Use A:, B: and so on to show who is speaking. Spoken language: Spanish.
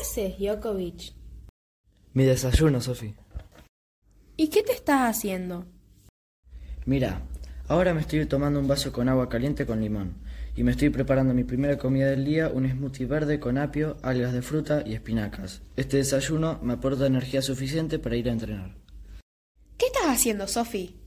A: haces, Djokovic?
B: Mi desayuno, Sofi.
A: ¿Y qué te estás haciendo?
B: Mira, ahora me estoy tomando un vaso con agua caliente con limón y me estoy preparando mi primera comida del día, un smoothie verde con apio, algas de fruta y espinacas. Este desayuno me aporta energía suficiente para ir a entrenar.
A: ¿Qué estás haciendo, Sofi?